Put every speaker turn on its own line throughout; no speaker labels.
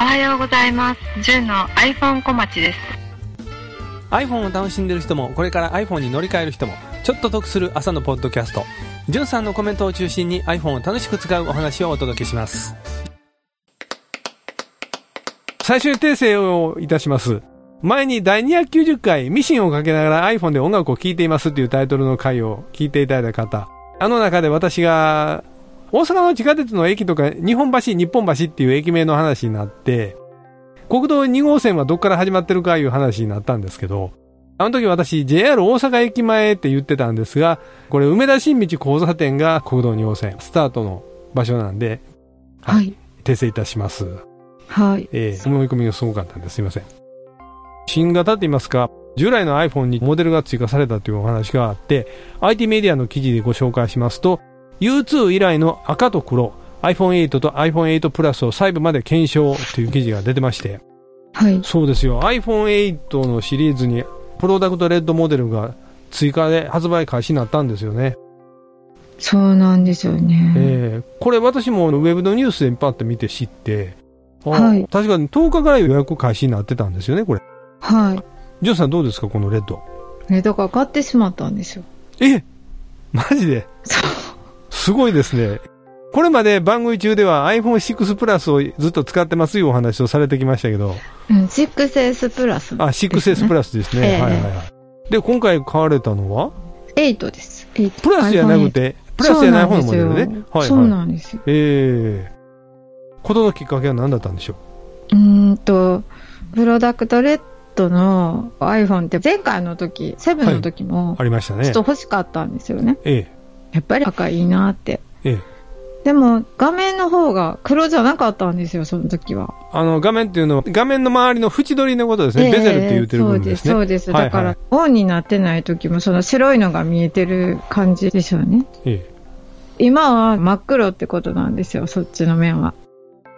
おはようございます。ジュンの iPhone 小町です。
iPhone を楽しんでる人もこれから iPhone に乗り換える人もちょっと得する朝のポッドキャストじゅんさんのコメントを中心に iPhone を楽しく使うお話をお届けします
最終訂正をいたします。前に第290回ミシンをかけながら iPhone で音楽を聴いていますっていうタイトルの回を聞いていただいた方、あの中で私が大阪の地下鉄の駅とか日本橋、日本橋っていう駅名の話になって、国道2号線はどっから始まってるかいう話になったんですけど、あの時私 JR 大阪駅前って言ってたんですが、これ梅田新道交差点が国道2号線スタートの場所なんでは
はい。
訂正いたします。
はい。
ええ思い込みがすごかったんです。すいません。新型って言いますか、従来の iPhone にモデルが追加されたというお話があって、IT メディアの記事でご紹介しますと、U2 以来の赤と黒、iPhone8 と iPhone8 プラスを細部まで検証という記事が出てまして、
はい。
そうですよ、iPhone8 のシリーズにプロダクトレッドモデルが追加で発売開始になったんですよね。
そうなんですよね。
えーこれ私もウェブのニュースでパッと見て知って、あ
はい
確かに10日から予約開始になってたんですよね、これ。
は
ジョンさんどうですか、このレッド。
い。ね、だから買ってしまったんですよ。
えマジで
そう。
すごいですね。これまで番組中では iPhone6 プラスをずっと使ってますというお話をされてきましたけど、
うん、6S プラス。
あ、6S プラスですね。
ええ
はいはいはい。で、今回買われたのは
8です。8
プラスじゃなくて、プラスじゃない方のモデルね。はい
そう
はい。
なんですよ。
えー、ことのきっかけは何だったんでしょ
うーんと、プロダクトレッドの iPhone って前回の時、セブンの時
う
も、
ありました
ちょ
ね
っと。欲しかったんですよね。
ええ
やっぱり赤いいなって。
ええ
でも、画面の方が黒じゃなかったんですよ、その時は。
あの、画面っていうのは、画面の周りの縁取りのことですね。ベゼルって言ってる部分ですね。
そうです、そうです。
はいは
だ
い
から、オンになってない時も、その白いのが見えてる感じでしょうね。
ええ
今は真っ黒ってことなんですよ、そっちの面は。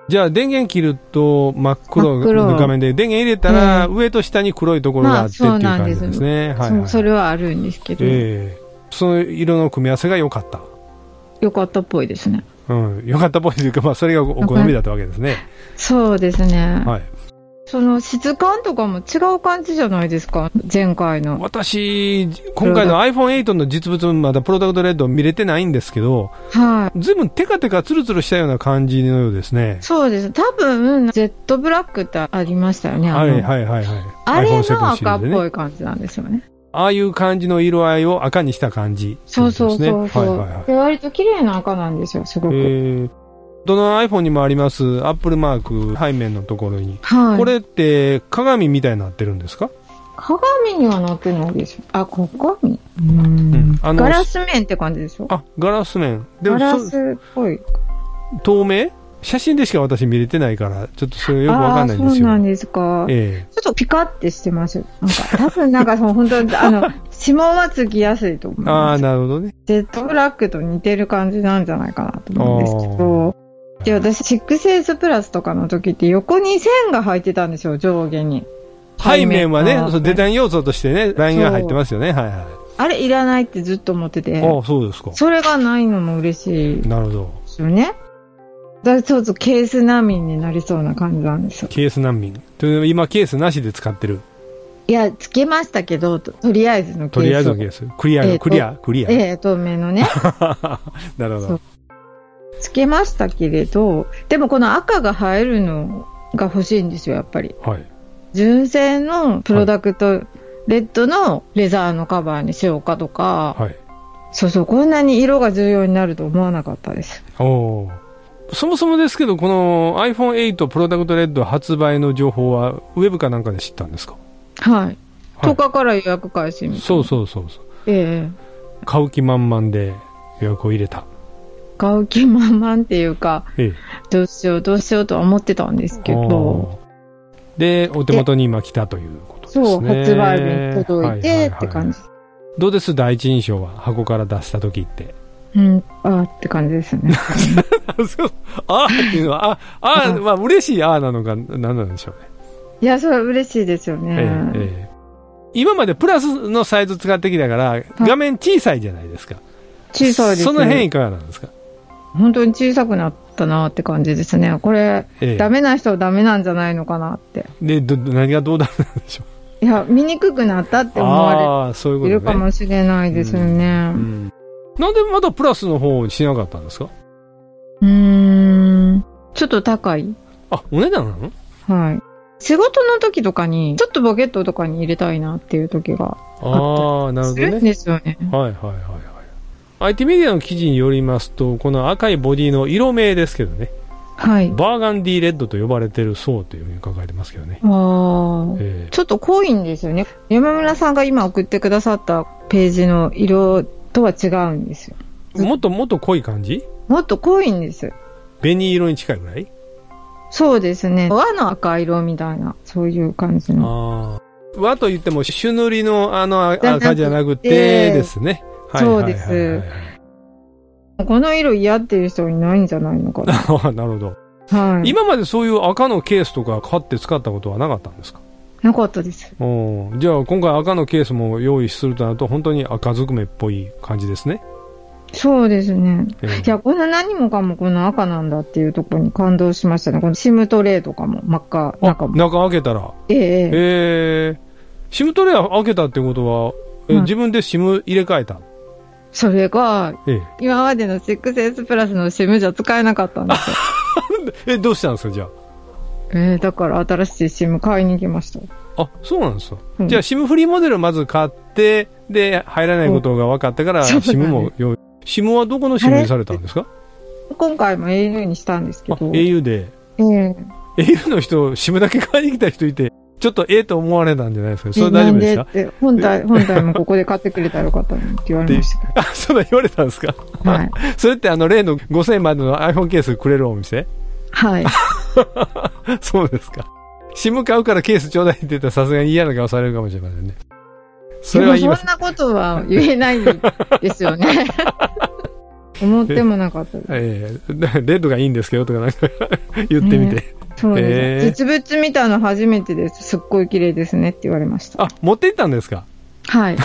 じゃあ、電源切ると真っ黒
真っ黒
の画面で、電源入れたら、
え
上と下に黒いところがあってっていう
まあそうなん
感じなんですね。はい、はい
そそれはあるんですけど、
ええその色の組み合わせが良かった。
よかったっぽいですね。
うん。良かったっぽいというか、まあ、それがお好みだったわけですね。
そうですね。
はい。
その質感とかも違う感じじゃないですか、前回の。
私、今回の iPhone8 の実物、まだプロダクトレッド見れてないんですけど、
は
ずいぶんテカテカツルツルしたような感じのようですね
い。。そうです。多分、ジェットブラックってありましたよね。あ
は
の
いはいはいはい。
あれ
iPhone セブ
の
ンシリ
赤
ー
っ
ズでね
ぽい感じなんですよね。
ああいう感じの色合いを赤にした感じ、
そうそう
ですね
そうそう、
はいはいはい
で。割と綺麗な赤なんですよ、すごく。
えーどの iPhone にもあります、アップルマーク背面のところに。
はい。
これって鏡みたいになってるんですか、
鏡にはなってないでしょ。あ、鏡うー
うん
ん。
あの
ガラス面って感じでしょ
あ、ガラス面。で
ガラ
もそ、
スっぽい。
透明写真でしか私見れてないから、ちょっとそれよくわか
ああ
んないんで
ー、
す
そう
よ。
なんですか。
え
ちょっとピカってしてます。なんか、多分なんかその本当に、あの、指紋はつきやすいと思い
えあ
ま
あ、
す。
なるほどね。
ジェットブラックと似てる感じなんじゃないかなと思うんですけ
あ
ど。で、私、6S プラスとかの時って横に線が入ってたんですよ、上下に。
背面はね
背面、
そうデザイン要素としてね、ラインが入ってますよね。はいはい。
あれいらないってずっと思ってて。
ああ、そうですか。
それがないのも嬉しいで
なるほど。
すよね。だからちょっとケース難民になりそうな感じなんですよ。
ケース難民。という今、ケースなしで使ってる。
いや、つけましたけど、ととりあえずのケースを。
とりあえずのケース。クリア、
えーと
クリア、クリア。
ええ、透明のね。
なるほ
そ
ど
う。つけましたけれど、でもこの赤が入るのが欲しいんですよ、やっぱり。
はい。
純正のプロダクト、レッドのレザーのカバーにしようかとか、
はい。
そうそう、こんなに色が重要になると思わなかったです。
おおー。そもそもですけど、この iPhone8 プロダクトレッド発売の情報は、ウェブかなんかで知ったんですか
はい。
はい
10日から予約開始みたいな。
そうそうそうそう。
え
買う気満々で予約を入れた。
え買う気満々っていうか、
え
どうしようどうしようとは思ってたんですけ
え。
ど、
おーで、お手元に今来たということですね。
そう、発売日に届い
はは
て
は
って感じ。
どうです第一印象は箱から出した時って。
うん、あーって感じです ね。
そうあーっていうのは、あ、あ ー、まあ嬉しいあーなのか、なんなんでしょうね。
いや、それは嬉しいですよね。
ええええ今までプラスのサイズ使ってきたから、画面小さいじゃないですか。
小さいです
その辺いかがなんですか
本当に小さくなったなって感じですね。これ、
ええ
ダメな人はダメなんじゃないのかなって。
で、ど、何がどうだったんでしょ
いや、見にくくなったっ
う。
て思わ
ああ、そういう
れ
こ
て
とね。
いるかもしれないですよね
う。ん。なんでまだプラスの方をしなかったんですか
うーん。ちょっと高い。
あ、お値段なの
はい。仕事の時とかに、ちょっとポケットとかに入れたいなっていう時が
ああ、なるほ
す
ど
るん
ね。
ですよね。
はいはいはいはい。IT メディアの記事によりますと、この赤いボディの色名ですけどね、
はい。
バーガンディレッドと呼ばれてるそうというふうに書かれてますけどね。
あー
え
ちょっと濃いんですよね。山村さんが今送ってくださったページの色とは違うんですよ。
えもっともっと濃い感じ
もっと濃いんです。
紅色に近いぐらい
そうですね。和の赤色みたいな、そういう感じの。
ああ。和と言っても、朱塗りのあのあ
じゃなくて
赤じゃなくてですね。はいはいはいはい
そうですこの色嫌っていう人いないんじゃないのか な。
ああなるほど。
はい。
今までそういう赤のケースとか買って使ったことはなかったんですか
なかったです。
うん。じゃあ今回赤のケースも用意するとなると、本当に赤ずくめっぽい感じですね。
そうですね。
ええ
いや、こんな何もかもこの赤なんだっていうところに感動しましたね。このシムトレイとかも、真っ赤、
あ
中も。
中開けたら。
ええええ
ええシムトレア開けたってことは、え
はい
自分でシム入れ替えた。
それが、
え
今までの 6S プラスのシムじゃ使えなかったんですよ。
え、えどうしたんですか、じゃ
ええだから新しいシム買いに行きました。
あ。あ、そうなんですか。
うん
じゃあ、シムフリーモデルまず買って、で、入らないことが分かったから、
うん
シムも用意。シムはどこのシムにされたんですか
今回も au にしたんです
あ
けど、え
au で。
え
au の人、シムだけ買いに来た人いて、ちょっとええと思われたんじゃないですか。それ大丈夫です
な
か
んでって本体、本体もここで買ってくれたらよかったのにって言われましたけ
あ、 そうだ、言われたんですか。
ど。はい。
それって、あの、例の5000円までの iPhone ケースくれるお店
はい。
そうですか。シム買うからケースちょうだいって言ったらさすがに嫌な顔されるかもしれませんね。それは言い
でも
ます
そん。なことは言えないです よね。思ってもなかったです。
え えレッドがいいんですけどとかなんか 言ってみて。
そうです、
へえ
実物見たの初めてです。すっごい綺麗ですねって言われました。
あ、持って行ったんですか
はい。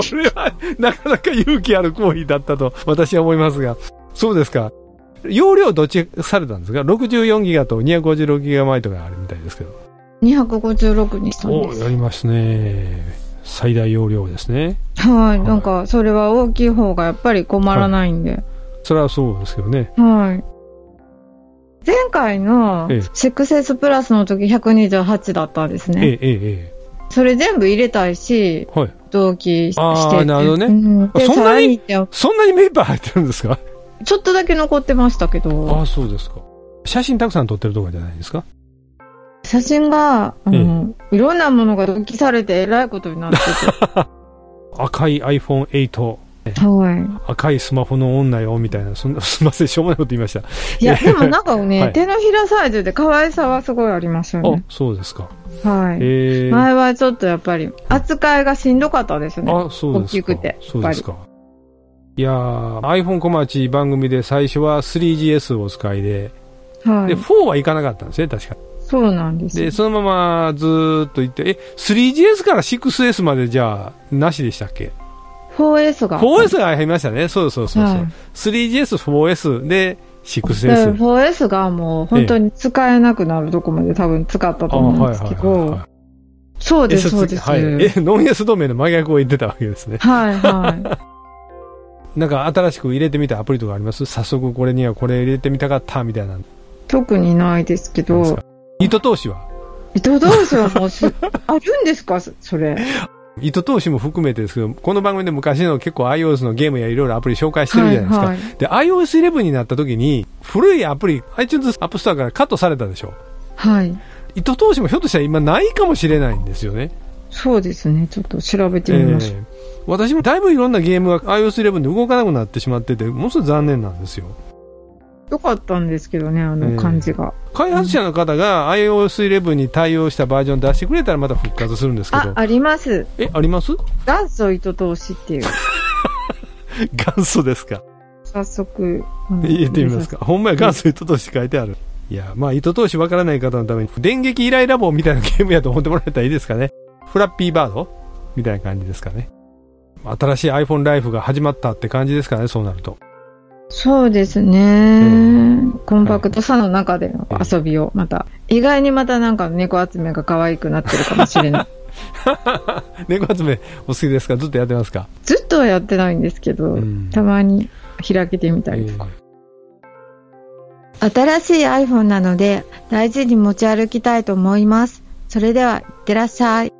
それは、なかなか勇気ある行為だったと私は思いますが。そうですか。容量どっちされたんですか ?64 ギガと256ギガマイトがあるみたいですけど。
256にしたんで
おやりますね。最大容量ですね。
す。はい。なんか、それは大きい方がやっぱり困らないんで。
それはそうですけどね。
はい。前回の
ええ
6S プラスの時128だったんです
ええ
ね。
えええ
それ全部入れたいし、
え。はい。
同期してて。
あーなるほどね
うんで、
そんなに
さらにちょ
そんなにメンバー入ってるんですか
っとだけ残ってましたけ
あ
ど、
あ、そうですか。写真たくさん撮ってるとかじゃないですか
写真が、あの、いろんなものが同期されてえらいことになって
赤い iPhone8、
て。は
赤いスマホの女よ、みたいな、そんな、すみません、しょうもないこと言いました。
い。いや、でもなんか ね、
はい
手のひらサイズで可愛さはすごいありますよ
あ
ね。、
そうですか。
はい。
えー、
前はちょっとやっぱり、扱いがしんどかったですね。
あ、そうですか。
大きくて
そうですか。いやー、iPhone 小町番組で最初は 3GS をお使いで、
は
で、
い。
4はいかなかったんですね、確か。
そうなんですよ
で、そのままずーっと行って、え、3GS から 6S までじゃあ、なしでしたっけ
4S が。
?4S が入りましたね、そうそうそうそう。
はい
3GS、4S で 6S。
だから 4S がもう本当に使えなくなるとこまで多分使ったと思うんですけど、そうです、そうです。は
はいい、え、ノンエス同盟の真逆を言ってたわけですね。
はい、 は
なんか新しく入れてみたアプリとかあります早速これにはこれ入れてみたかったみたいなの
い。特にないですけ
なんです
ど
か、糸通しは
糸通しはもうす、あるんですかそれ。
糸通しも含めてですけど、この番組で昔の結構 iOS のゲームやいろいろアプリ紹介してる
は
じゃ
い、
ないですか。
はい。
で、iOS11 になった時に、古いアプリ、iTunes App Store からカットされたでしょ。
はい。
糸通しもひょっとしたら今ないかもしれないんですよね。
そうですね。ちょっと調べてみましょう。
ええ私もだいぶいろんなゲームが iOS11 で動かなくなってしまってて、ものすごい残念なんですよ。
よかったんですけどね、あ
ええ
の感じが。
開発者の方が iOS11 に対応したバージョン出してくれたらまた復活するんですけ
あ
ど、。
あります。
え、あります
元祖糸通しっていう。
元祖ですか。
早速。
言ってみますか。ほんまや元祖糸通しって書いてある。いや、まあ糸通しわからない方のために、電撃イライラ棒みたいなゲームやと思ってもらえたらいいですかね。フラッピーバードみたいな 感じですかね。新しい iPhone ライフが始まったって感じですかね、そうなると。
そうですね、コンパクトさの中での遊びを、また、意外にまたなんか猫集めが可愛くなってるかもし れない。
猫集めお好きですかずっとやってますか
ずっとはやってないんですけど、
うん
たまに開けてみたりとか。新しい iPhone なので大事に持ち歩きたいと思います。それでは、いってらっしゃい。